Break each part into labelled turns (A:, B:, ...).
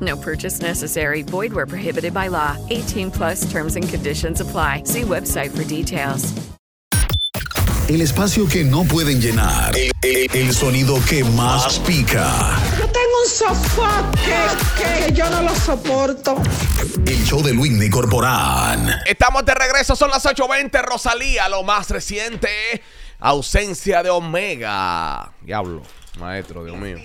A: No purchase necessary. Void where prohibited by law. 18 plus terms and conditions apply. See website for details.
B: El espacio que no pueden llenar. El, el- el sonido que más pica.
C: Yo tengo un sofá que, que yo no lo soporto.
B: El show de Luis Corporán.
D: Estamos de regreso, son las 8.20. Rosalía, lo más reciente. Ausencia de Omega. Diablo, maestro, Dios mío.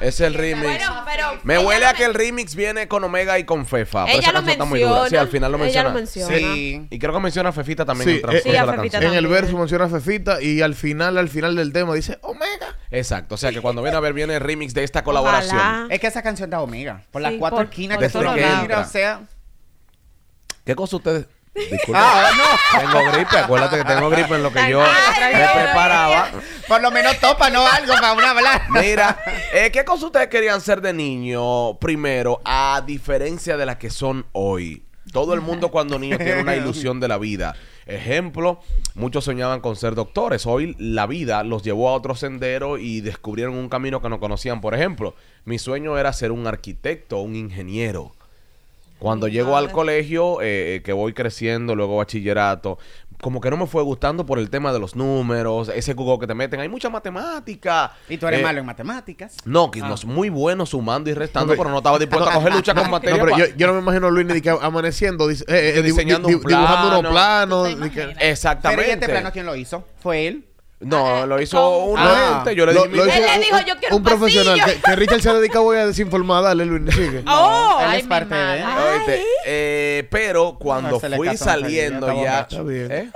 D: Es el remix.
E: Bueno, pero
D: Me
E: ella
D: huele
E: lo
D: a que el remix viene con Omega y con Fefa. Pero
E: Ella
D: esa
E: lo
D: canción está muy dura. Sí,
E: menciona.
D: al final lo
E: Ella
D: menciona.
E: lo menciona.
F: Sí.
D: Y creo que menciona a Fefita también.
F: Sí,
D: en el transcurso
F: eh,
D: de
E: Sí, a
D: la
E: Fefita
D: canción.
F: En el
E: También.
F: verso menciona a Fefita y al final, al final del tema dice "Oh, Omega.
D: Exacto, o sea que cuando viene a ver, viene el remix de esta colaboración.
E: Ojalá.
G: Es que esa canción da Omega. Por las
E: Sí,
G: cuatro
E: por-
G: esquinas
E: por
G: que
D: todos
G: son
D: lados.
G: mira, o sea.
D: ¿Qué cosa ustedes? Disculpa. Tengo gripe, acuérdate que tengo gripe en lo que yo
E: Ah, Ay,
D: me
E: Dios
D: preparaba.
G: Por lo menos topa, no algo para una hablar.
D: Mira, eh, ¿qué cosas ustedes querían ser de niño primero, a diferencia de las que son hoy? Todo el mundo cuando niño tiene una ilusión de la vida. Ejemplo, muchos soñaban con ser doctores. Hoy la vida los llevó a otro sendero y descubrieron un camino que no conocían. Por ejemplo, mi sueño era ser un arquitecto, un ingeniero. Cuando llego al colegio, eh, eh, que voy creciendo, luego bachillerato, como que no me fue gustando por el tema de los números, ese Google que te meten. Hay mucha matemática.
G: Y tú eres
D: Eh,
G: malo en matemáticas.
D: No,
E: Ah.
D: que no es muy bueno sumando y restando, pero no estaba dispuesto a coger lucha con materia.
F: ah, No, pero
D: pa-
F: yo, yo no me imagino a Luis ni que amaneciendo, dice, eh, eh,
D: Que
F: dibu-
D: diseñando
F: di-
D: un
F: dibujando
D: plano.
F: unos planos. di que-
D: Exactamente.
G: Pero ¿y este plano quién lo hizo? Fue él.
D: No, lo hizo
E: con-
D: un
F: Ah,
D: ente, Yo le
F: lo-
D: dije,
F: lo
D: "Mira,
F: hizo
E: Él le
F: un-
E: dijo,
F: un-
E: "Yo quiero
F: Un
E: un
F: profesional, que,
E: pasillo".
F: que Richard se dedica voy a desinformar. Dale, Luis, sigue.
E: Oh,
G: él
E: ay,
G: es
E: mi
G: parte
E: madre.
G: de.
E: Ay,
D: oíste, eh, pero cuando
G: No, se le
D: fui
G: casó una
D: saliendo
G: salida,
D: ya...
F: está borracho.
D: ¿Eh?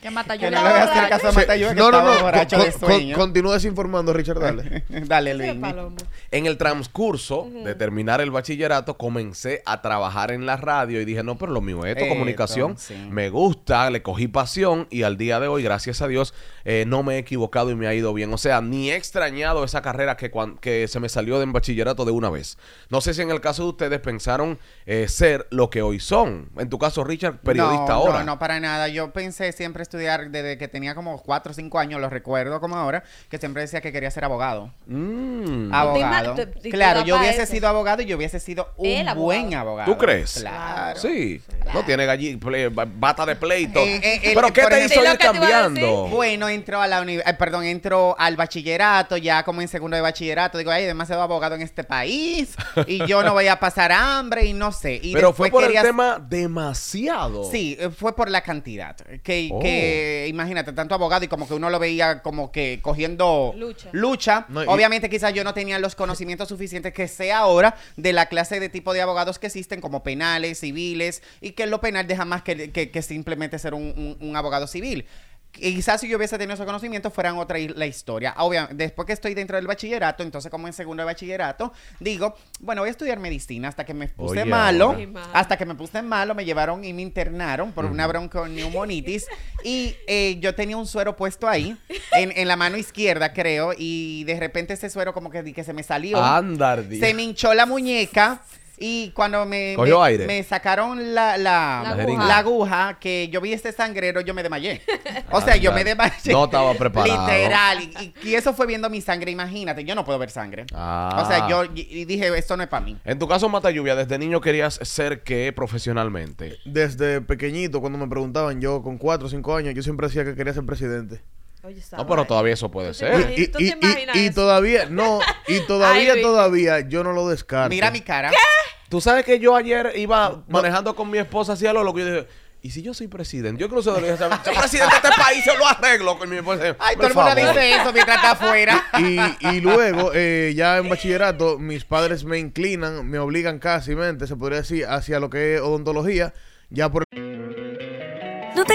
E: Que mata
G: Que
E: yo
G: no le hagas el caso a
F: Sí,
G: Matayuga, que
F: no, no,
G: estaba
F: no.
G: borracho
F: con-
G: de
F: con-
G: sueño.
F: continúa desinformando, Richard, dale.
G: Dale, Luis.
D: En el transcurso de terminar el bachillerato, comencé a trabajar en la radio y dije, no, pero lo mío es esto,
G: Esto,
D: comunicación.
G: sí.
D: Me gusta, le cogí pasión y al día de hoy, gracias a Dios, eh, no me he equivocado y me ha ido bien. O sea, ni he extrañado esa carrera que, cuan- que se me salió de en bachillerato de una vez. No sé si en el caso de ustedes pensaron eh, ser lo que hoy son. En tu caso, Richard, periodista
G: no,
D: ahora.
G: No, no, para nada. Yo pensé siempre estudiar desde que tenía como 4 o 5 años, lo recuerdo como ahora, que siempre decía que quería ser abogado.
D: Mm.
G: Abogado.
E: te- te- te
G: claro,
E: da
G: yo
E: pa'
G: hubiese
E: eso.
G: sido abogado y yo hubiese sido un
E: El abogado.
G: buen abogado.
D: ¿Tú crees?
G: Claro.
D: Sí, no tiene galli- ple- ba- bata de pleito.
G: Eh, eh, eh,
D: Pero ¿qué
G: por
D: te
G: ejemplo-
D: hizo
E: Sí, lo
D: ir
E: que te iba a
D: cambiando?
G: Bueno, entró a la uni- eh, perdón, entró al bachillerato, ya como en segundo de bachillerato, digo, ay, demasiado abogado en este país y yo no voy a pasar hambre y no sé. Y
D: Pero
G: después
D: fue por
G: quería-
D: el tema demasiado.
G: Sí, eh, fue por la cantidad. Que,
D: Oh.
G: que, imagínate, tanto abogado y como que uno lo veía como que cogiendo
E: Lucha.
F: No, y-
G: Obviamente quizás yo no tenía los conocimientos suficientes que sé ahora de la clase de tipo de abogados que existen como penales, civiles y que lo penal deja más que, que- que simplemente ser un, un- un abogado civil. Y Quizás si yo hubiese tenido esos conocimientos fueran otra hi- la historia. Obviamente, después que estoy dentro del bachillerato, entonces como en segundo de bachillerato, digo, bueno, voy a estudiar medicina hasta que me puse
D: Oye,
G: malo.
D: ahora.
G: Hasta que me puse malo, me llevaron y me internaron por una bronconeumonitis. y eh, yo tenía un suero puesto ahí, en, en la mano izquierda, creo. Y de repente ese suero como que, que se me salió.
D: Andar,
G: se me hinchó la muñeca. Y cuando me,
D: Cogió
G: me-
D: aire.
G: me sacaron la, la,
E: La
G: la
D: jeringa.
G: aguja. que yo vi este sangrero, yo me desmayé. O sea, yo me
D: Andar.
G: desmayé.
D: No estaba preparado.
G: Literal. Y, y- y eso fue viendo mi sangre, imagínate. Yo no puedo ver sangre.
D: Ah.
G: O sea, yo y- y dije, esto no es para mí.
D: En tu caso, Mata Lluvia, desde niño querías ser qué profesionalmente.
F: Desde pequeñito, cuando me preguntaban, yo con 4 o 5 años, yo siempre decía que quería ser presidente.
E: Oye, esa
D: No, pero
E: vaina.
D: todavía eso puede
E: Sí.
D: ser.
F: Y,
E: ¿Tú te
F: y-
E: imaginas
F: y- y
E: eso?
F: todavía, no, y todavía,
E: Luis.
F: todavía, yo no lo descarto.
G: Mira mi cara.
D: Tú sabes que yo ayer iba manejando con mi esposa hacia lo loco y yo dije, ¿Y si yo soy presidente? Yo incluso debería saber, soy presidente de este país, yo lo arreglo con mi esposa.
G: Ay,
D: Por
G: todo el mundo
D: favor.
G: dice eso mientras está afuera.
F: Y, y luego, eh, ya en bachillerato, mis padres me inclinan, me obligan casi, mente, se podría decir, hacia lo que es odontología. Ya por
H: ¿No te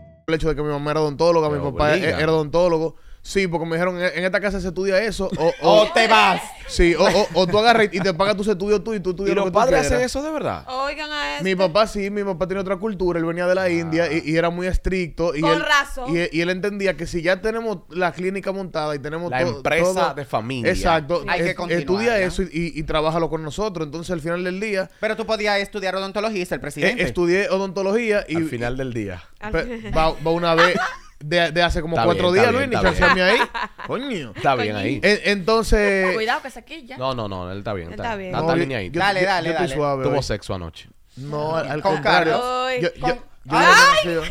F: el hecho de que mi mamá era odontóloga, mi
D: Te
F: papá e-
D: obliga.
F: era odontólogo. Sí, porque me dijeron, en en esta casa se estudia eso. O, o-
G: O te vas.
F: sí, o, o- o tú agarras y te pagas tus estudios tú y tú estudias
D: ¿Y
F: lo
D: los
F: que tú
D: padres
F: quieras.
D: hacen eso de verdad?
E: Oigan a eso.
F: Mi papá sí, mi papá tenía otra cultura, él venía de la India y, y era muy estricto. Y
E: Con
F: él,
E: razón.
F: Y, él- y él entendía que si ya tenemos la clínica montada y tenemos
D: La
F: to-
D: empresa
F: todo-
D: de familia.
F: Exacto,
G: Hay que
F: es-
G: continuar,
F: estudia
G: ¿ya?
F: eso y, y, y trabájalo con nosotros. Entonces al final del día
G: Pero tú podías estudiar odontología, el
F: eh,
G: presidente.
F: estudié odontología y
D: Al final del día.
E: Ah.
F: pe- va, va una vez de, de hace como
D: Está
F: cuatro
D: bien, está
F: días, Luis,
D: bien,
F: ni
D: está
F: chance a mí ahí. Coño.
D: Está bien ahí.
F: En- entonces...
E: Cuidado que se quilla.
D: No, no, no, él está bien.
E: Él
D: Está,
E: está
D: bien.
E: bien.
F: No,
D: Está, está
F: yo-
D: alineadito.
F: yo-
G: Dale,
F: yo-
G: dale,
F: yo estoy
G: dale.
F: suave
D: Tuvo
F: hoy.
D: sexo anoche.
F: No, al, al
G: Con
F: contrario.
E: Carlos.
F: Yo- yo-
G: Con-
F: yo lo denuncio.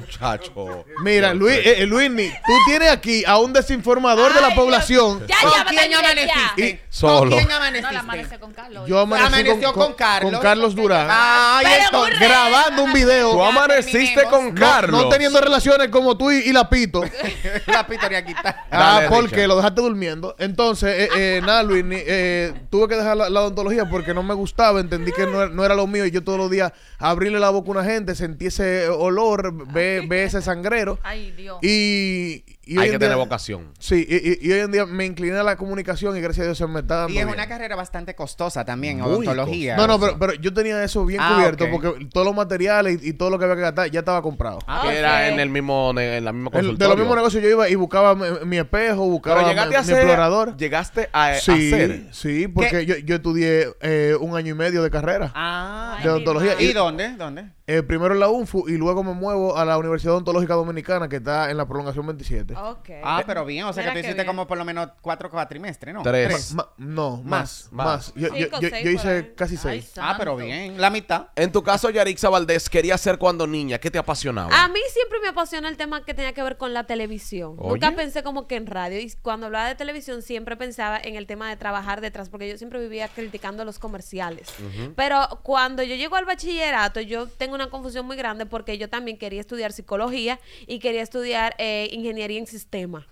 D: Muchacho.
F: Mira, Luis, eh, eh, Luisni, tú tienes aquí a un desinformador de
E: Ay,
F: la
E: Dios.
F: población.
E: Ya,
G: ¿Con quién
E: ya, batallé, ya.
G: amaneciste?
F: Y-
D: Solo.
G: ¿Con quién
E: No, la
G: amaneciste?
E: amanece con Carlos.
F: Yo amanecí
G: Ah, Amaneció con Carlos.
F: Con Carlos Durán.
G: Ay,
E: Pero
G: esto-
E: burra.
F: grabando un video.
D: Tú
G: Ya
D: amaneciste
G: terminemos.
D: con
F: No-
D: Carlos.
F: No, teniendo relaciones como tú y, y la pito.
G: La pitoriaquita.
F: Ah,
D: Dale,
F: porque
D: Richard.
F: lo dejaste durmiendo. Entonces, eh, eh, nada, Luis, ni- eh, tuve que dejar la, la odontología porque no me gustaba, entendí que no, era- no era lo mío y yo todos los días abrirle la boca a una gente, sentí ese olor, ve, ve ese sangrero.
E: Ay, Dios.
F: Y, y hoy
D: Hay
F: en
D: que
F: día-
D: tener vocación.
F: Sí, y, y- y hoy en día me incliné a la comunicación y gracias a Dios se me está dando.
G: Y es
F: bien.
G: una carrera bastante costosa también,
D: Muy
G: odontología.
F: No, no, pero, pero yo tenía eso bien
G: Ah,
F: cubierto
G: ok.
F: porque todos los materiales y, y todo lo que había que gastar ya estaba comprado.
E: Ah,
D: que
E: ok.
D: era en el mismo, ne- en la misma
F: El- de los
D: consultorio.
F: mismos negocios yo iba y buscaba mi, mi espejo, buscaba
D: Pero
F: mi,
D: llegaste a
F: mi
D: hacer.
F: explorador.
D: Llegaste a, a
F: Sí,
D: hacer.
F: sí, porque yo, yo estudié eh, un año y medio de carrera
G: Ah,
F: de odontología.
G: ¿y
F: Y,
G: dónde? ¿Dónde?
F: eh, primero en la UNFU y luego me muevo a la Universidad Odontológica Dominicana que está en la prolongación 27.
E: Ok.
G: Ah, pero bien, o sea que
E: Mira
G: tú
E: qué
G: hiciste
E: bien.
G: como por lo menos cuatro cuatrimestres, ¿no?
D: Tres.
F: Ma- no, más,
D: Más, más.
F: más. Yo, yo-
E: Cinco,
F: yo-
E: seis
F: yo
E: por ahí.
F: hice casi
E: Ay,
F: seis.
G: Ah, pero
E: santo.
G: bien, la mitad.
D: En tu caso, Yarixa Valdés, quería ser cuando niña. ¿Qué te apasionaba?
E: A mí siempre me apasiona el tema que tenía que ver con la televisión.
D: Oye.
E: Nunca pensé como que en radio. Y cuando hablaba de televisión siempre pensaba en el tema de trabajar detrás, porque yo siempre vivía criticando los comerciales. Pero cuando yo llego al bachillerato, yo tengo una confusión muy grande porque yo también quería estudiar psicología y quería estudiar eh, ingeniería en sistema.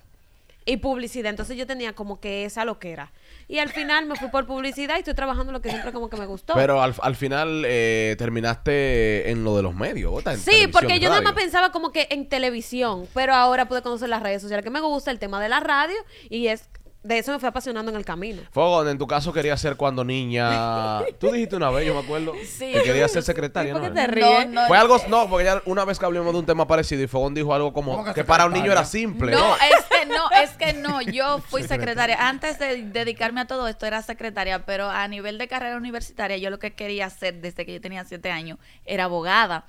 E: Y publicidad, entonces yo tenía como que esa loquera. Y al final me fui por publicidad y estoy trabajando lo que siempre como que me gustó.
D: Pero al, al final eh, terminaste en lo de los medios. ¿verdad? En
E: Sí,
D: televisión
E: porque
D: y
E: yo nada más
D: radio.
E: pensaba como que en televisión, pero ahora pude conocer las redes sociales, que me gusta el tema de la radio y es de eso me fue apasionando en el camino.
D: Fogón, en tu caso quería ser cuando niña. Tú dijiste una vez, yo me acuerdo,
E: Sí.
D: que quería ser secretaria.
E: ¿Y por
D: ¿no?
E: qué te ríes? No,
D: Fue algo, no, porque ya una vez que hablamos de un tema parecido y Fogón dijo algo como que, para un niño era simple.
I: No,
D: No,
I: es que no, es que no. Yo fui secretaria. Antes de dedicarme a todo esto era secretaria, pero a nivel de carrera universitaria yo lo que quería hacer desde que yo tenía siete años era abogada.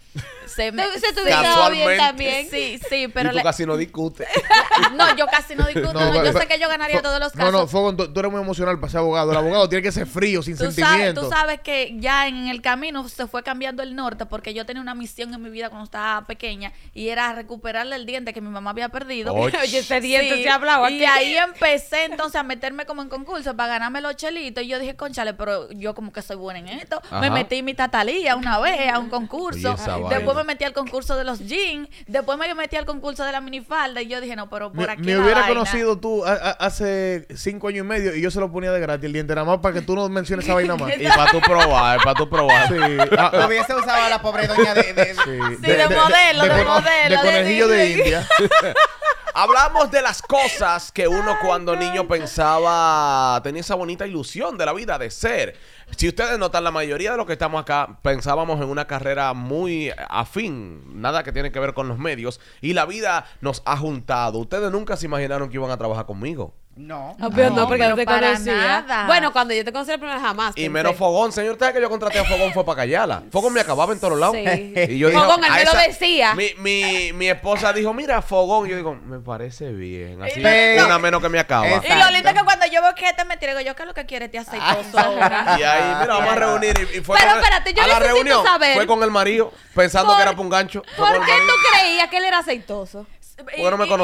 I: Se me-
E: Se
I: sí,
E: te ubicaba bien
D: Casualmente.
E: también.
I: Sí, sí,
D: pero
I: pero
D: y tú
I: la-
D: casi no discutes.
I: no, yo casi no discuto.
F: No,
I: no,
F: pero-
I: yo
F: pero-
I: sé que yo ganaría
F: Fo-
I: todos los
F: No,
I: casos.
F: no, Fogon, tú, tú eres muy emocional para ser abogado. El abogado tiene que ser frío, sin
I: Tú sabes,
F: sentimiento.
I: tú sabes que ya en el camino se fue cambiando el norte porque yo tenía una misión en mi vida cuando estaba pequeña y era recuperarle el diente que mi mamá había perdido.
D: Oye.
E: Oye, ese diente
I: Sí,
E: se ha hablado aquí.
I: Y ahí empecé entonces a meterme como en concursos para ganarme los chelitos. Y yo dije, conchale, pero yo como que soy buena en esto.
D: Ajá.
I: Me metí mi tatalía una vez a un concurso.
D: Oye, esa vaina.
I: después me metí al concurso de los jeans. Después me metí al concurso de la minifalda. Y yo dije, no, pero
F: Me,
I: por aquí.
F: me
I: la
F: hubiera
I: vaina".
F: conocido tú a- a- hace cinco años y medio y yo se lo ponía de gratis el diente, nada más para que tú no menciones esa vaina más.
D: Y para tú probar, para tú probar.
F: Sí, ah,
G: Lo
F: ah,
G: hubiese usado a la pobre doña de... de-
I: Sí, de modelo, de
F: cono-
I: modelo,
F: De
I: de
F: conejillo de
I: Disney.
F: India.
D: Hablamos de las cosas que uno cuando niño pensaba, tenía esa bonita ilusión de la vida, de ser. Si ustedes notan, la mayoría de los que estamos acá pensábamos en una carrera muy afín, nada que tiene que ver con los medios, y la vida nos ha juntado. Ustedes nunca se imaginaron que iban a trabajar conmigo.
G: No.
E: No, Ah, pero no, porque
I: pero
E: no te
I: para
E: conocía.
I: nada.
E: Bueno, cuando yo te conocí la primera jamás.
D: Y
E: pensé.
D: menos Fogón, señor, usted sabe que yo contraté a Fogón fue para callarla. Fogón me acababa en todos lados.
E: Sí.
D: Y yo dije,
E: Fogón, él
D: a
E: me lo decía.
D: Mi, mi, mi esposa dijo, mira, Fogón. Y yo digo, me parece bien. Así
G: Pero-
D: una menos que me acaba.
G: Exacto.
I: Y lo lindo es que cuando yo veo que te me tira, digo, yo qué es lo que quieres, te aceitoso. ahora?"
D: Y ahí, mira, vamos a reunir. Y, y fue
E: Pero
D: con el-
E: espérate, yo
D: a la
E: necesito
D: reunión
E: saber.
D: fue con el marido, pensando
E: Por-
D: que era para un gancho. Fue con
E: ¿Por
D: el
E: qué
D: marido.
E: tú creías que él era aceitoso?
D: Porque no me cono-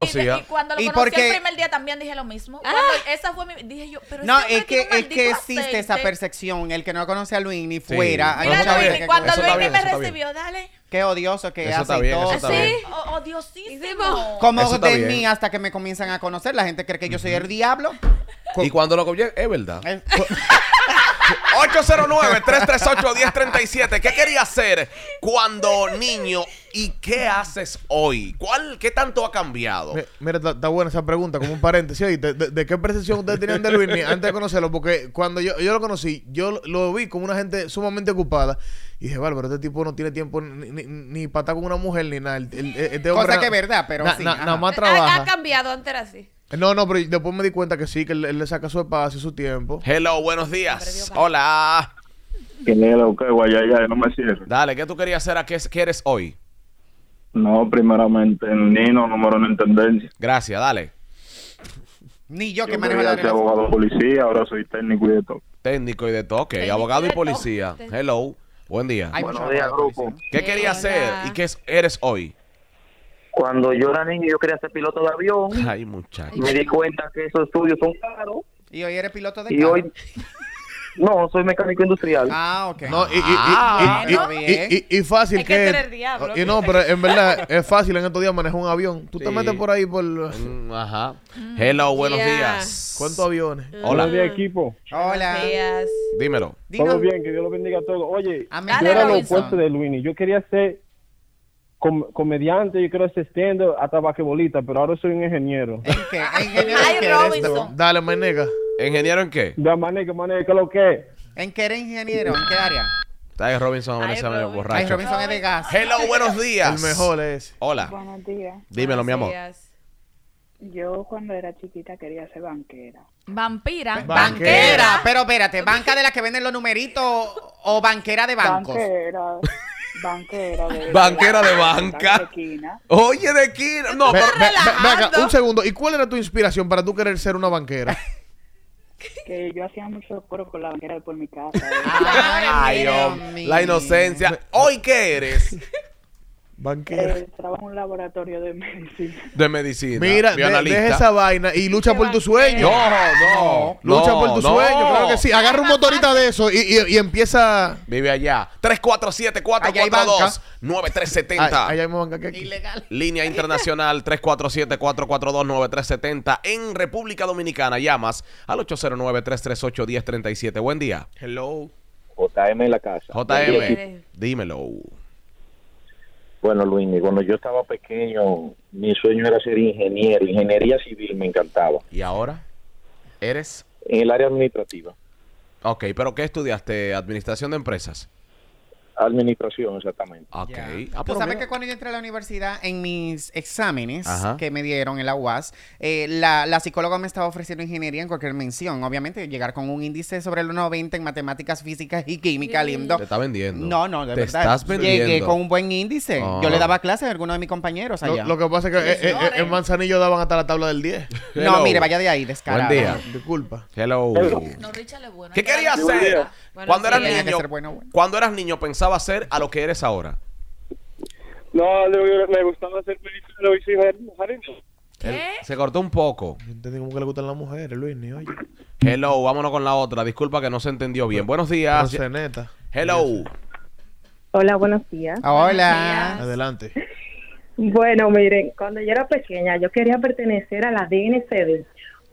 I: Y, de- y cuando lo
G: Y
I: conocí
G: porque-
I: el primer día también dije lo mismo.
J: Ah.
I: Cuando esa fue mi... Dije yo, pero
G: No,
I: este hombre
G: es que,
I: tiene un
G: es que
I: maldito
G: existe esa
I: aceite.
G: percepción. El que no conoce a Luini
D: Sí.
G: fuera. hay
D: Mira,
G: mucha
I: Mira,
D: bien,
G: gente
I: Luis,
G: que
I: cuando
D: eso está
I: Luis
D: bien,
I: me
D: eso está
I: recibió, dale. Oh,
G: Qué odioso que
D: Eso está bien,
G: aceitoso.
D: eso está
E: ¿Sí?
D: bien.
I: O- Odiosísimo.
D: Eso
G: Como
D: está
G: de
D: bien.
G: mí hasta que me comienzan a conocer, la gente cree que yo soy el diablo.
D: Y cuando lo copié, es verdad.
G: Eh,
D: 809-338-1037. ¿Qué quería hacer cuando niño y qué haces hoy? ¿Cuál, ¿Qué tanto ha cambiado?
F: Mi- Mira, está- está buena esa pregunta, como un paréntesis. oíste, ¿De, de qué percepción ustedes tenían de Luis antes de conocerlo? Porque cuando yo, yo lo conocí, yo lo- lo vi como una gente sumamente ocupada. Y dije, bárbaro, este tipo no tiene tiempo ni, ni, ni para estar con una mujer ni nada. El- el- este
G: Cosa
F: hombre
G: que
F: na-
G: es verdad, pero
F: na-
G: sí,
F: na-
G: ajá.
F: Nada más
E: Ha, ha
F: trabaja.
E: cambiado, antes era así.
F: No, no, pero después me di cuenta que sí, que él, él le saca su espacio, su tiempo.
D: Hello, buenos días. Hola.
K: Que lo que guayaya, no me cierre.
D: Dale, ¿qué tú querías hacer? ¿A qué, qué eres hoy?
K: No, primeramente, el Nino, número en intendencia.
D: Gracias, dale.
G: Ni yo que
K: Yo
G: manejo
K: quería
G: la
K: ser
G: relación.
K: abogado policía, ahora soy técnico y de todo.
D: Técnico y de toque,
E: Técnico
D: abogado
E: y
D: y
E: de
D: policía.
E: todo.
D: Hello, buen día.
G: Hay
K: Buenos
G: muchos
K: días,
G: abogados
K: grupo.
G: policías.
D: ¿Qué
E: Hola.
D: quería hacer y qué es- eres hoy?
K: Cuando yo era niño, yo quería ser piloto de avión.
D: Ay, muchacho.
K: Me di cuenta que esos estudios son caros.
G: Y hoy eres piloto de
K: Y
G: carro.
K: hoy. No, soy mecánico industrial.
G: Ah, ok.
F: No, y, y- y-
D: Ah,
F: y- y-
G: bueno.
F: y- y- y fácil
I: Hay
F: que,
I: que
F: es.
I: ser el diablo.
F: Y no, pero en verdad es fácil en estos días manejar un avión. Tú te
D: Sí.
F: metes por ahí por...
D: Mm, Ajá. Hello, buenos
E: Yeah.
D: días.
F: ¿Cuántos aviones?
E: Eh,
D: Hola.
K: equipo.
G: Hola.
E: Días.
D: Dímelo.
G: Dinos.
K: bien, que Dios los bendiga a todos. Oye,
G: Amén.
I: Dale,
K: era lo
I: Robinson.
K: opuesto de Luini. Yo quería ser com- comediante, yo quería ser stand hasta basquetbolista, pero ahora soy un ingeniero.
D: Eh,
G: ¿En qué? ¿En ingeniero
I: Ay,
G: en qué eres
I: Robinson.
G: tú?
F: Dale, manega.
D: ¿Ingeniero en qué?
K: De manera, manera, ¿qué es lo que es?
G: ¿En qué eres ingeniero? ¿En qué área?
D: Está Robinson amanece
I: Ay,
D: medio
I: Robinson.
G: Ay,
D: borracho.
G: Robinson es de gas.
D: Hello, buenos días.
F: El mejor es ese.
D: Hola.
J: Buenos días.
D: Dímelo, mi amor.
E: Días.
J: Yo cuando era chiquita quería ser banquera.
I: Vampira.
G: Banquera. Pero espérate, ¿banca de las que venden los numeritos o- o banquera de bancos?
J: Banquera. Banquera de
D: Banquera de
J: banca de
D: banca.
J: esquina.
D: Oye, de aquí. No,
F: Ve-
D: pero.
F: ve- ve- ve acá, un segundo. ¿Y cuál era tu inspiración para tú querer ser una banquera?
J: Que yo hacía mucho coro con la banquera de por mi casa.
D: Ay,
G: Dios
D: hombre,
G: mío.
D: la inocencia. ¿Hoy qué eres?
F: Banquera.
J: Eh, trabajo en un laboratorio de medicina.
D: De medicina.
F: Mira, de-
D: bioanalista.
F: deja esa vaina y lucha por tu sueño.
D: No, no.
F: Lucha
D: no,
F: por tu
D: no.
F: sueño, claro que sí. Agarra un motorita de eso y, y- y empieza.
D: Vive allá.
G: Allá hay banca.
D: 347-442-9370.
F: Ay, ay, me van a caer aquí.
G: Ilegal.
D: Línea internacional 347-442-9370 en República Dominicana. Llamas al 809-338-1037. Buen día. Hello.
K: JM en la casa.
D: JM, dímelo.
K: Bueno, Luini, cuando yo estaba pequeño, mi sueño era ser ingeniero. Ingeniería civil me encantaba.
D: ¿Y ahora? ¿Eres?
K: En el área administrativa.
D: Ok, pero ¿qué estudiaste? Administración de empresas.
K: Administración, exactamente.
D: Ok.
G: Ya.
D: Ah,
G: Tú
D: pero
G: sabes
D: mira.
G: que cuando yo entré a la universidad, en mis exámenes
D: Ajá.
G: que me dieron en la UAS, eh, la, la psicóloga me estaba ofreciendo ingeniería en cualquier mención. Obviamente, llegar con un índice sobre los 90 en matemáticas, físicas y química, lindo.
D: Te está vendiendo.
G: No, no, de
D: Te
G: verdad.
D: estás vendiendo.
G: Llegué con un buen índice. Yo
D: Ah.
G: le daba clases a alguno de mis compañeros allá.
F: Lo, lo que pasa es que eh, eh, eh, en Manzanillo daban hasta la tabla del 10.
G: No,
D: Hello.
G: mire, vaya de ahí, descarado.
D: Buen día.
F: Disculpa.
D: Hello.
I: No, Richard es bueno.
D: ¿Qué
I: Hay que
D: querías
I: darle
D: hacer?
I: oportunidad.
E: Bueno,
D: cuando
E: sí,
D: eras
G: tiene que
D: niño,
G: ser bueno, bueno.
D: cuando eras niño pensaba ser a lo que eres ahora.
K: No, le- me gustaba hacer películas de los hijos
I: ¿Qué?
D: Se cortó un poco.
F: Yo entendí cómo que le gustan las mujeres, Luis, ni oye.
D: Hello, vámonos con la otra. Disculpa que no se entendió bien. Buenos
F: No
D: días.
F: sé, neta.
D: Hello.
J: Hola, buenos días.
G: Hola.
F: Adelante.
J: Bueno, miren, cuando yo era pequeña yo quería pertenecer a la DNCD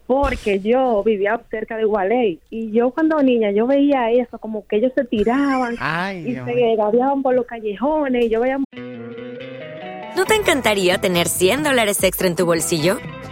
J: porque yo vivía cerca de Gualey y yo cuando niña yo veía eso como que ellos se tiraban
G: Ay,
J: y
H: Dios
J: se gaviaban por los callejones y yo veía
H: ¿No te encantaría tener 100 dólares extra en tu bolsillo?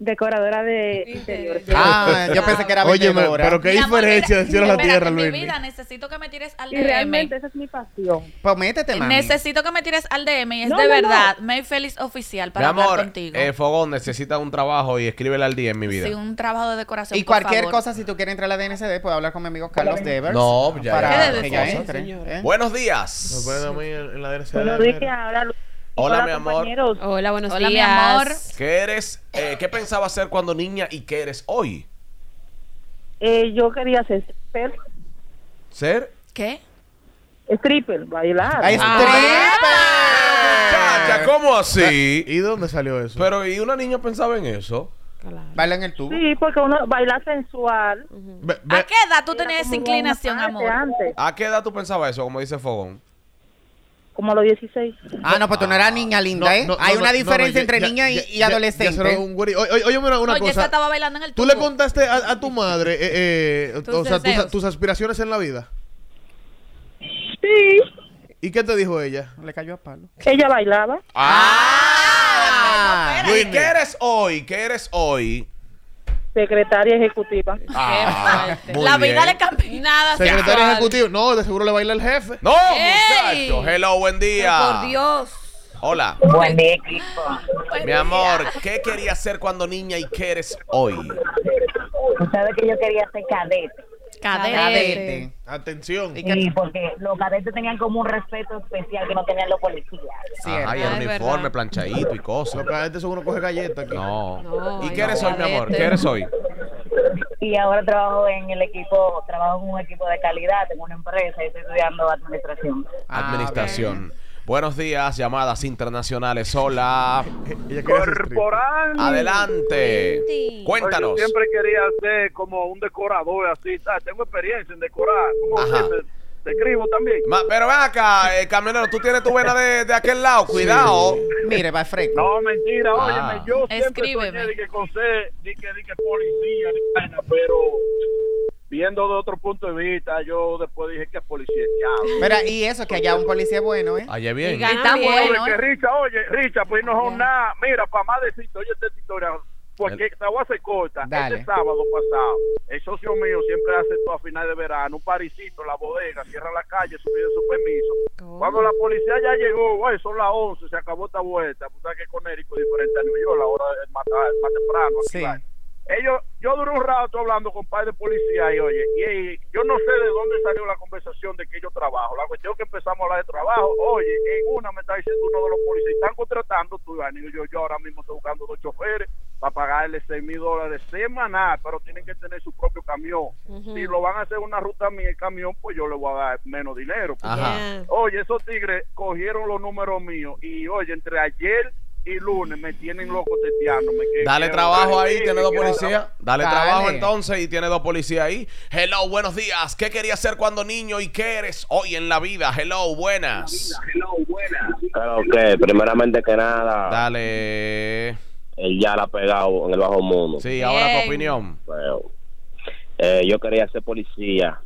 J: Decoradora de interior.
G: Ah, yo pensé que era
F: Oye,
G: vendedora.
F: pero qué diferencia del cielo a la tierra,
I: mi
F: Luis.
I: vida, necesito que me tires al
J: Y
I: DM.
J: realmente esa es mi pasión.
G: Pues métete, mami.
I: Necesito que me tires al DM y es
J: No,
I: de
J: no,
I: verdad. May Félix oficial para
D: mi
I: hablar
D: amor,
I: contigo.
D: eh, Fogón necesita un trabajo y escríbele al día en mi vida.
I: Sí, un trabajo de decoración.
G: Y
I: por
G: cualquier
I: favor.
G: cosa, si tú quieres entrar a la DNCD, puedo hablar con mi amigo Carlos Devers.
D: No, ya,
G: Para
D: ya.
G: que ya
D: Cosas,
G: entre. ¿eh?
D: Buenos días.
F: Nos pueden llamar en la DNCD.
J: Buenos días, hola, Lu-
D: Hola, mi amor.
J: compañeros.
E: Hola, buenos
I: Hola, mi
E: días.
I: amor.
D: ¿Qué eres? eh, ¿Qué pensaba hacer cuando niña y qué eres hoy?
J: Eh, yo quería ser stripper,
D: ¿Ser?
I: ¿Qué? Ah.
J: stripper, bailar.
G: Ay,
D: Chacha, ¿cómo así?
F: Eh, ¿Y dónde salió eso?
D: Pero, ¿y una niña pensaba en eso?
G: Baila en el tubo.
J: Sí, porque uno baila sensual.
I: ¿A qué edad tú tenías esa inclinación, amor?
J: Antes,
D: ¿A qué edad tú pensabas eso, como dice Fogón?
J: como a los 16.
G: Ah, no, pues tú no eras niña linda, ¿eh? Hay una diferencia entre niña y, y adolescente.
F: Oye, mira una
I: No, ya se
F: cosa.
I: estaba bailando en el
F: ¿Tú
I: tubo.
F: le contaste a, a tu madre, eh, eh,
I: Tus
F: o sea, tus,
I: deseos.
F: tus aspiraciones en la vida?
J: Sí,
F: ¿Y qué te dijo ella?
G: Le cayó a palo.
J: ella bailaba.
D: ¡Ah!
F: no, no,
D: ¿Y
F: espérate.
D: qué eres hoy? ¿Qué eres hoy?
J: Secretaria ejecutiva.
D: Ah, muy
I: La
D: bien.
I: vida le cambió. Nada
F: Secretario
I: sexual.
F: ejecutivo. No, de seguro le baila el jefe.
D: ¡No,
I: ¡Ey!
D: ¡Oh, muchacho! Hello, buen día.
I: Por Dios.
D: Hola.
J: Buen día, equipo.
D: Mi amor, ¿qué querías ser cuando niña y qué eres hoy?
J: Sabes que yo quería ser cadete.
I: Cadete.
F: Atención.
G: Y que-
J: Sí, porque los cadetes tenían como un respeto especial que no tenían los policías.
G: Cierto.
D: Ajá, y el
I: Ay,
D: uniforme
I: verdad.
D: planchadito y cosas.
F: Los cadetes son uno coge galletas aquí.
D: No.
I: No,
D: ¿Y
I: ay,
D: qué eres hoy, mi amor?
I: cadete.
D: ¿Qué eres hoy?
J: Y ahora trabajo en el equipo, trabajo en un equipo de calidad, tengo una empresa y estoy estudiando administración.
G: Ah,
D: Administración. Buenos días, llamadas internacionales. Hola.
F: Ella quería ser stripper.
L: Corporal.
D: Adelante.
E: Sí.
L: Yo
D: Cuéntanos.
L: siempre quería ser como un decorador, así, ¿sabes? Tengo experiencia en decorar. Como
D: Ajá.
L: usted, te, te escribo también.
D: Ma- pero ven acá, eh, camionero, tú tienes tu vena de, de aquel lado, cuidado.
G: Mire, va Freco.
L: No, mentira,
D: Ah.
L: óyeme, yo siempre
I: Escríbeme.
L: soñé de que con ser, de que, de que policía, de vaina, pero viendo de otro punto de vista, yo después dije que es policía. diablo.
G: Mira, y eso, que allá un policía bueno, ¿eh?
D: Allá
I: Y
D: bien.
I: gana
E: Está
I: bien.
E: bueno,
L: Oye, que Richa, oye, Richa, pues no son nada. Mira, para más decirte, oye, esta historia, porque te voy a hacer corta.
G: Dale.
L: Este sábado pasado, el socio mío siempre hace todo a final de verano, un parisito, la bodega, cierra la calle, se pide su permiso. Cuando la policía ya llegó, güey, son las 11, se acabó esta vuelta. Pues sabes que Conérico es diferente a New York, la hora es más, tarde, más temprano. aquí,
G: Sí.
L: ¿vale? ellos, yo duré un rato hablando con par de policías y oye, y, y yo no sé de dónde salió la conversación de que yo trabajo. La cuestión que empezamos a hablar de trabajo, oye, en una me está diciendo uno de los policías, están contratando tú, Iván, y yo, yo ahora mismo estoy buscando dos choferes para pagarles seis mil dólares semanal, pero tienen que tener su propio camión. Si lo van a hacer una ruta a mí el camión, pues yo le voy a dar menos dinero.
D: Ajá.
L: Oye, esos tigres cogieron los números míos y oye, entre ayer y lunes me tienen loco teteándome. que
D: Dale
L: quiero
D: trabajo
L: dar
D: ahí,
L: el
D: tiene dos
L: quiero dar-
D: policías. Dale
G: Dale.
D: trabajo entonces y tiene dos policías ahí. Hello, buenos días. ¿Qué querías ser cuando niño y qué eres hoy en la vida? Hello, buenas.
K: Claro que, primeramente que nada,
D: Dale.
K: él ya la ha pegado en el bajo mundo.
D: Sí, ahora tu
I: Bien.
D: opinión.
K: Pero, eh, yo quería ser policía,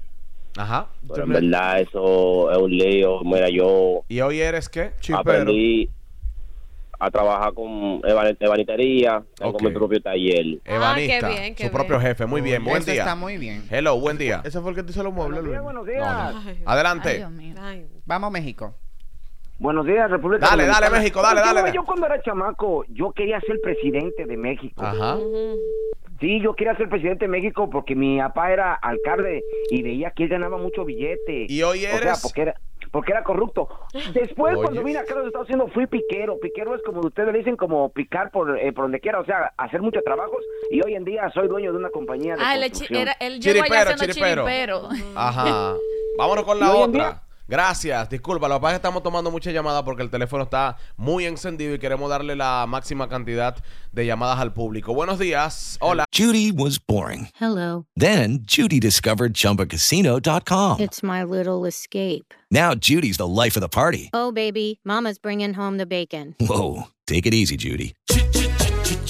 D: Ajá.
K: pero en verdad eso es un lío. Mira, yo
D: ¿Y hoy eres qué?
K: aprendí a trabajar con evan- evanitería, tengo
D: Ok.
K: mi propio taller.
D: Evanista.
E: qué bien, qué
D: su propio
E: bien.
D: jefe. Muy bien, buen
G: Eso
D: día.
G: está muy bien.
D: Hello, buen día.
F: Ese fue el que te hizo los muebles, Luis.
D: No, no.
I: Ay,
D: Adelante.
I: Dios mío.
E: Ay,
G: Vamos a México.
M: Buenos días, República
D: Dale, dale,
M: Dominicana.
D: México, dale,
M: Yo,
D: dale,
M: yo,
D: dale.
M: Yo cuando era chamaco, yo quería ser presidente de México.
D: Ajá.
M: Sí, yo quería ser presidente de México porque mi papá era alcalde y veía que él ganaba mucho billete.
D: ¿Y hoy
M: O sea,
D: eres?
M: porque era porque era corrupto. Después,
N: Oye.
M: cuando vine acá a los Estados Unidos, fui piquero. Piquero es como ustedes le dicen, como picar por, eh, por donde quiera, o sea, hacer muchos trabajos. Y hoy en día soy dueño de una compañía de
I: Ah, él, es chi-
M: construcción.
I: era- él llegó allá
D: Chiripero,
I: haciendo
D: chiripero.
I: chiripero.
D: Ajá. Vámonos con la
M: Y hoy en
D: otra. Gracias, disculpa, lo que pasa es que estamos tomando muchas llamadas porque el teléfono está muy encendido y queremos darle la máxima cantidad de llamadas al público. Buenos días, hola.
O: Judy was boring.
P: Hello.
O: Then Judy discovered ChumbaCasino.com.
P: It's my little escape.
O: Now Judy's the life of the party.
P: Oh, baby, Mama's bringing home the bacon.
O: Whoa, take it easy, Judy.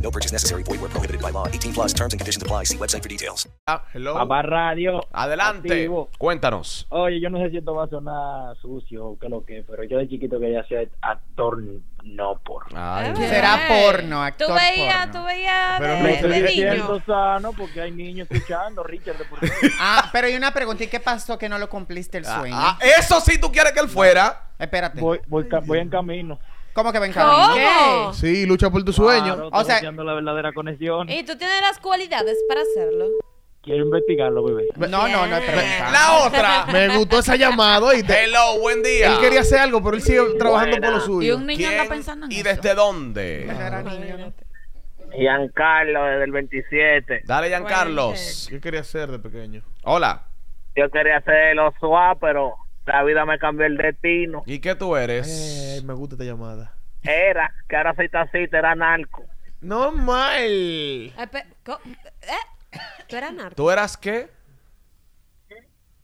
O: No purchase necessary. Void where prohibited by law. 18 plus terms and conditions apply. See website for details.
D: Ah, hello.
N: Papá Radio.
D: Adelante.
N: Activo.
D: Cuéntanos.
N: Oye, yo no sé si esto va a sonar sucio o qué lo que, pero yo de chiquito quería ser actor no porno.
I: Ah.
G: Será porno,
I: Tú
G: actor
I: veías,
G: porno.
I: tú veías
G: Pero
I: de,
G: no
I: de
G: estoy
I: niño.
G: diciendo-
N: Sano, porque hay niños escuchando, Richard. de por-
G: Ah, pero hay una pregunta, ¿y qué pasó que no lo cumpliste el sueño?
D: Ah, eso sí tú quieres que él fuera.
G: Espérate.
N: Voy, voy, ca- voy en camino.
G: ¿Cómo que ven
E: ¿Cómo?
I: Oh.
G: camino?
F: Sí, lucha por tu
N: Claro,
F: sueño.
N: estoy haciendo la verdadera conexión.
E: Y tú tienes las cualidades para hacerlo.
N: Quiero investigarlo, bebé.
G: No, no, no,
D: La otra.
F: Me gustó esa llamada. Y
D: Hello, buen día.
F: Él quería hacer algo, pero él sigue trabajando por lo suyo.
D: ¿Quién ¿Y desde dónde?
Q: Giancarlo, desde el 27.
D: Dale, Giancarlos.
F: ¿Qué quería hacer de pequeño?
D: Hola.
Q: Yo quería ser el Osua, pero la vida me cambió el destino.
D: ¿Y qué tú eres?
F: Ay, me gusta esta llamada.
Q: Era, que ahora soy taxista, era narco.
F: No mal.
E: Eh, pe- co- eh, Tú eras narco.
D: ¿Tú eras qué?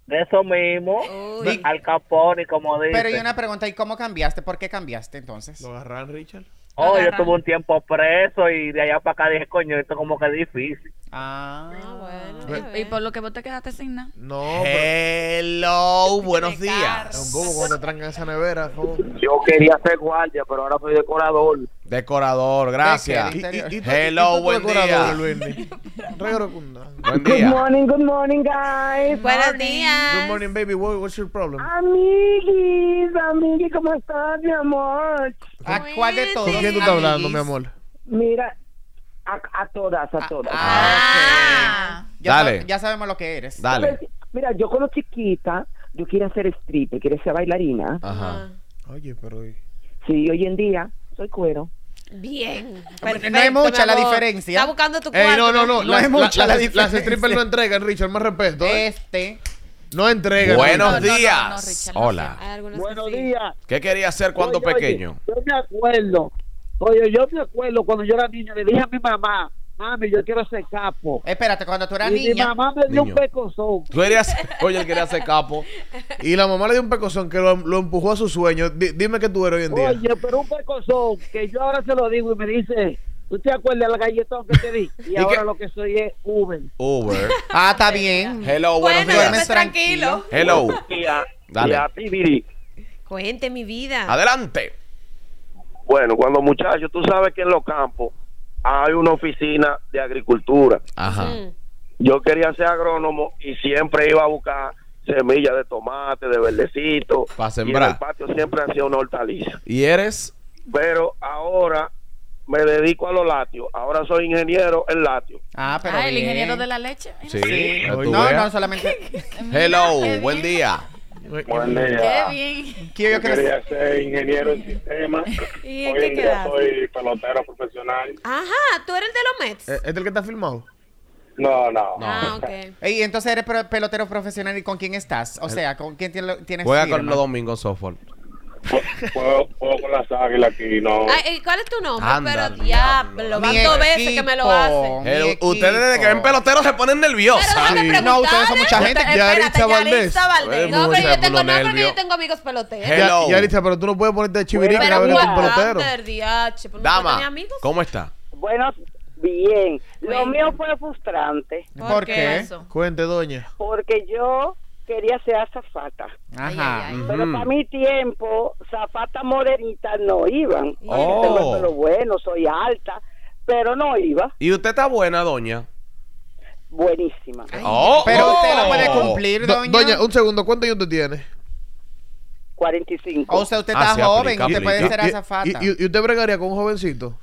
Q: De eso mismo,
G: Uy.
Q: al Capone, como dice.
G: Pero hay una pregunta, ¿y cómo cambiaste? ¿Por qué cambiaste entonces? ¿Lo
F: agarran, Richard?
Q: Oh, yo estuve un tiempo preso y de allá para acá dije, coño, esto como que es difícil.
G: Ah,
I: Y, y por lo que vos te quedaste sin nada.
F: No.
D: Hello, buenos
F: días. ¿Cómo cuando trancan esa nevera? ¿Cómo?
Q: Yo quería ser guardia, pero ahora soy decorador.
D: Decorador, gracias.
F: ¿Y- y- y-
D: Hello,
F: y- y-
D: buen
F: decorador,
D: día.
F: Luismi? Regalo Kunda.
D: Buen día.
J: morning, good morning, guys.
E: Buenos
F: Good
E: días.
F: morning, baby. What- what's your problem?
J: Amiguis, amiguis, ¿cómo estás, mi amor?
G: ¿A cuál de todos?
F: ¿Con quién tú estás hablando, mi amor?
J: Mira, a, a todas, a todas.
G: Ah,
I: Ah.
G: Ya
D: Dale.
G: sab- ya sabemos lo que eres.
D: Dale.
J: Mira, yo cuando chiquita, yo quería ser stripper, quería ser bailarina.
D: Ajá.
F: Oye, pero.
J: Sí, hoy en día soy cuero.
E: Bien.
G: no hay mucha la diferencia.
E: Está buscando tu cuarto.
F: Ey, no, no, no.
G: No
F: Las-
G: es mucha la
F: las- Las
G: diferencia.
F: strippers no entregan, Richard. Más respeto. ¿eh?
G: Este.
F: No entregan.
D: Buenos
F: Richard.
D: días. Hola.
Q: Buenos días.
D: ¿Qué quería hacer cuando
Q: Oye, oye,
D: pequeño?
Q: yo me acuerdo. Oye, yo me acuerdo cuando yo era niño, le dije a mi mamá, mami, yo quiero ser capo.
G: Espérate, cuando tú eras
Q: y mi
G: niña.
Q: mamá me dio un
D: Niño.
Q: pecozón.
D: Tú querías, oye, él quería ser capo.
F: Y la mamá le dio un pecozón que lo, lo empujó a su sueño. Di- dime qué tú eres hoy en día. Eh,
Q: Oye, pero un
J: Pues,
Q: pecozón que yo ahora se lo digo y me dice, ¿tú te acuerdas del galletón que te di? Y,
D: ¿Y
Q: ahora
D: qué?
Q: lo que soy es Uber.
D: Uber.
G: Ah, está bien.
D: Hello, buenos días.
E: pues, tranquilo.
D: Hello. Dale.
E: Cuente mi vida.
D: Adelante.
R: Bueno, cuando muchachos, tú sabes que en los campos hay una oficina de agricultura.
D: Ajá.
R: Yo quería ser agrónomo y siempre iba a buscar semillas de tomate, de verdecito.
D: Para
R: Y en
D: sembrar.
R: el patio siempre hacía una hortaliza.
D: ¿Y eres?
R: Pero ahora me dedico a los latios. Ahora soy ingeniero en latios.
G: Ah, pero
I: Ah, el
G: bien.
I: ingeniero de la leche.
D: Sí.
G: Sí.
D: ya tú
G: No,
D: veas.
G: no, solamente.
D: Hello, buen día.
R: Buen
I: Qué
R: día.
I: bien.
R: Yo quería ser ingeniero en sistemas.
E: ¿Y en
R: Hoy
E: qué
R: en día
E: quedaste?
R: soy pelotero profesional.
E: Ajá, tú eres el de los Mets.
F: ¿este ¿Es el que está filmado?
R: No, no.
E: Ah, ok.
G: Ey, entonces eres pro- pelotero profesional y con quién estás? O sea, ¿con quién tiene- tienes
D: Juega
G: firma?
D: con los domingos softball.
R: Puedo, puedo con las águilas aquí, no.
E: Ay, ¿y ¿Cuál es tu nombre?
D: Anda,
E: Pero diablo, van dos veces que me lo hacen.
D: El- ustedes desde que ven peloteros se ponen nerviosos.
G: No, ustedes son mucha gente.
E: Espérate,
F: Yaritza Valdés.
E: Yaritza Valdés.
D: Eh,
E: No,
D: mucha
E: pero yo tengo
D: culo
E: no porque
D: nervio.
E: yo tengo amigos peloteros.
D: Hello.
F: Ya, Yaritza, pero tú no puedes ponerte de chivirica
E: Pero
F: cada vez que un
E: aguanta,
F: pelotero.
E: del DH, pues, no tenía
D: Dama,
E: amigos.
D: ¿cómo está?
J: Bueno, bien. Lo mío fue frustrante.
F: ¿Por qué? Cuente, doña.
J: Porque yo quería ser azafata.
F: Ajá.
J: Pero para mi tiempo, zapata morenita no iban.
D: Oh.
J: Porque Tengo el pelo bueno, soy alta, pero no iba.
D: ¿Y usted está buena, doña?
J: Buenísima.
D: Oh,
G: Pero usted
D: oh.
G: lo puede cumplir,
F: Do-
G: doña.
F: doña, un segundo, ¿cuántos años tú tienes?
J: 45.
G: O sea, usted
F: Ah,
G: está
F: sí,
G: joven,
F: aplica,
G: usted puede
F: aplica.
G: ser
F: Y- y-
G: azafata.
F: y- y- y usted bregaría con un jovencito?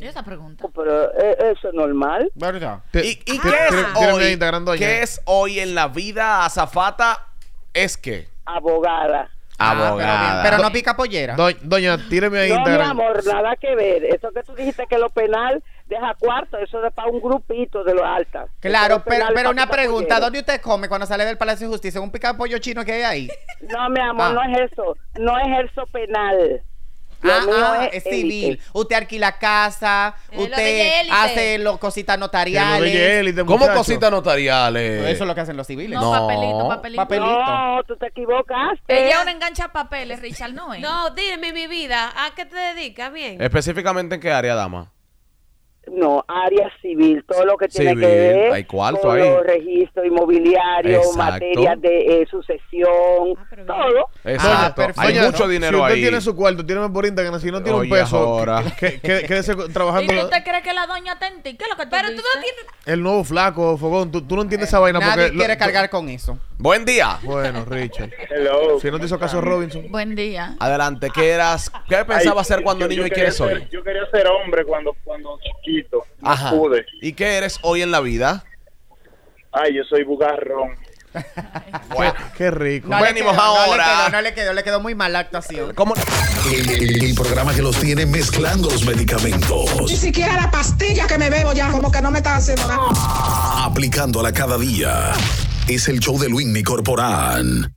I: Esa pregunta.
J: Pero eh, eso es normal.
G: ¿Verdad?
D: ¿Y, y qué es
F: tírame
D: hoy?
F: ahí, integrando allá.
D: ¿Qué es hoy en la vida azafata? Es que
J: Abogada.
D: abogada.
G: Ah, Pero no pica pollera.
F: Do- doña, tíreme ahí
J: No, mi
F: Instagram.
J: amor, nada que ver. Eso que tú dijiste que lo penal deja cuarto, eso es para un grupito de los altas.
G: Claro,
J: Eso es
G: pero,
J: penal
G: pero
J: pa'
G: una
J: picar
G: pregunta,
J: pollero.
G: ¿dónde usted come cuando sale del Palacio de Justicia? ¿Un pica pollo chino que hay ahí?
J: No, mi amor,
G: Ah.
J: no es eso. No es eso penal. Lo
G: Ah,
J: mío
G: ah, es
J: es
G: civil.
J: élite.
G: Usted alquila casa,
J: Es Eh, lo de
G: usted
J: élite.
G: hace los cositas notariales.
D: ¿Cómo cositas notariales?
G: Eso es lo que hacen los civiles.
I: No, papelito, papelito.
J: No, tú te equivocas.
I: Ella es una engancha papeles, Richard, no es.
E: Eh, No, dime mi vida, ¿a qué te dedicas? Bien.
D: Específicamente en qué área, dama?
J: No, área civil, todo lo que tiene
D: Civil,
J: que ver
D: hay cuarto
J: con
D: ahí.
J: los registros inmobiliarios,
D: Exacto.
J: materias de eh, sucesión, todo.
G: Ah,
F: Doña,
D: Hay
F: doña,
D: mucho
F: si
D: dinero
F: usted
D: ahí.
F: tiene su cuarto, tíreme por Instagram. Si no tiene
D: Oye,
F: un peso,
D: ahora.
F: que- que- que- quédese
I: ¿Y tú
F: trabajando
I: te crees que la doña te enti- ¿Qué es lo que tú Pero tú no tienes...
F: el nuevo flaco, Fogón. Tú, tú no entiendes esa vaina.
G: Nadie
F: porque lo-
G: quiere
F: tú-
G: cargar con eso.
D: Buen día.
F: Bueno, Richard.
R: Hello.
F: Si no te hizo caso
D: Mm.
F: Robinson.
I: Buen día.
D: Adelante, ¿qué eras? ¿Qué pensaba
R: Ay,
D: ser cuando
R: yo- yo
D: niño y qué
R: quería
D: eres
R: ser-
D: hoy?
R: Yo quería ser hombre cuando, cuando chiquito. No
D: Ajá.
R: pude.
D: ¿Y qué eres hoy en la vida?
R: Ay, yo soy bugarrón.
D: Bueno,
F: qué rico.
G: No le
D: Venimos
G: quedó, no le
D: ahora.
G: quedó, no le quedó, le quedó muy mal la actuación.
B: El, el- el programa que los tiene mezclando los
C: Ni
B: medicamentos,
C: siquiera la pastilla que me bebo ya, como que no me está haciendo nada.
B: aplicándola cada día. Es el show de Luis Corporán.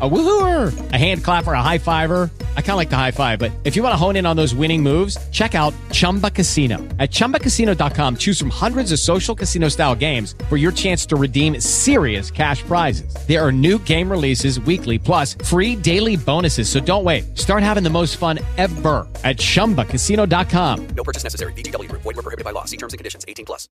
S: A woohooer, a hand clapper, a high fiver. I kind of like the high five, but if you want to hone in on those winning moves, check out Chumba Casino. At chumbacasino.com, choose from hundreds of social casino style games for your chance to redeem serious cash prizes. There are new game releases weekly, plus free daily bonuses. So don't wait. Start having the most fun ever at chumbacasino.com.
O: No purchase necessary. BGW. Void were prohibited by law. See terms and conditions. 18 plus.